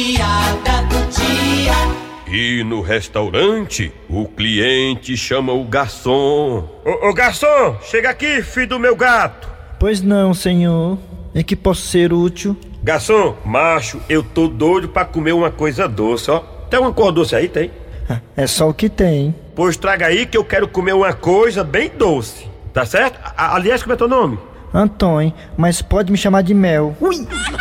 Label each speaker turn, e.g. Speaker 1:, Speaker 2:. Speaker 1: piada do dia.
Speaker 2: E no restaurante, o cliente chama o garçom.
Speaker 3: Ô, ô garçom, chega aqui, filho do meu gato.
Speaker 4: Pois não, senhor. Em que posso ser útil?
Speaker 3: Garçom, macho, eu tô doido pra comer uma coisa doce, ó. Tem uma cor doce aí, tem?
Speaker 4: É só o que tem.
Speaker 3: Pois traga aí que eu quero comer uma coisa bem doce, tá certo? A- aliás, como é teu nome?
Speaker 4: Antônio, mas pode me chamar de Mel.
Speaker 3: Ui!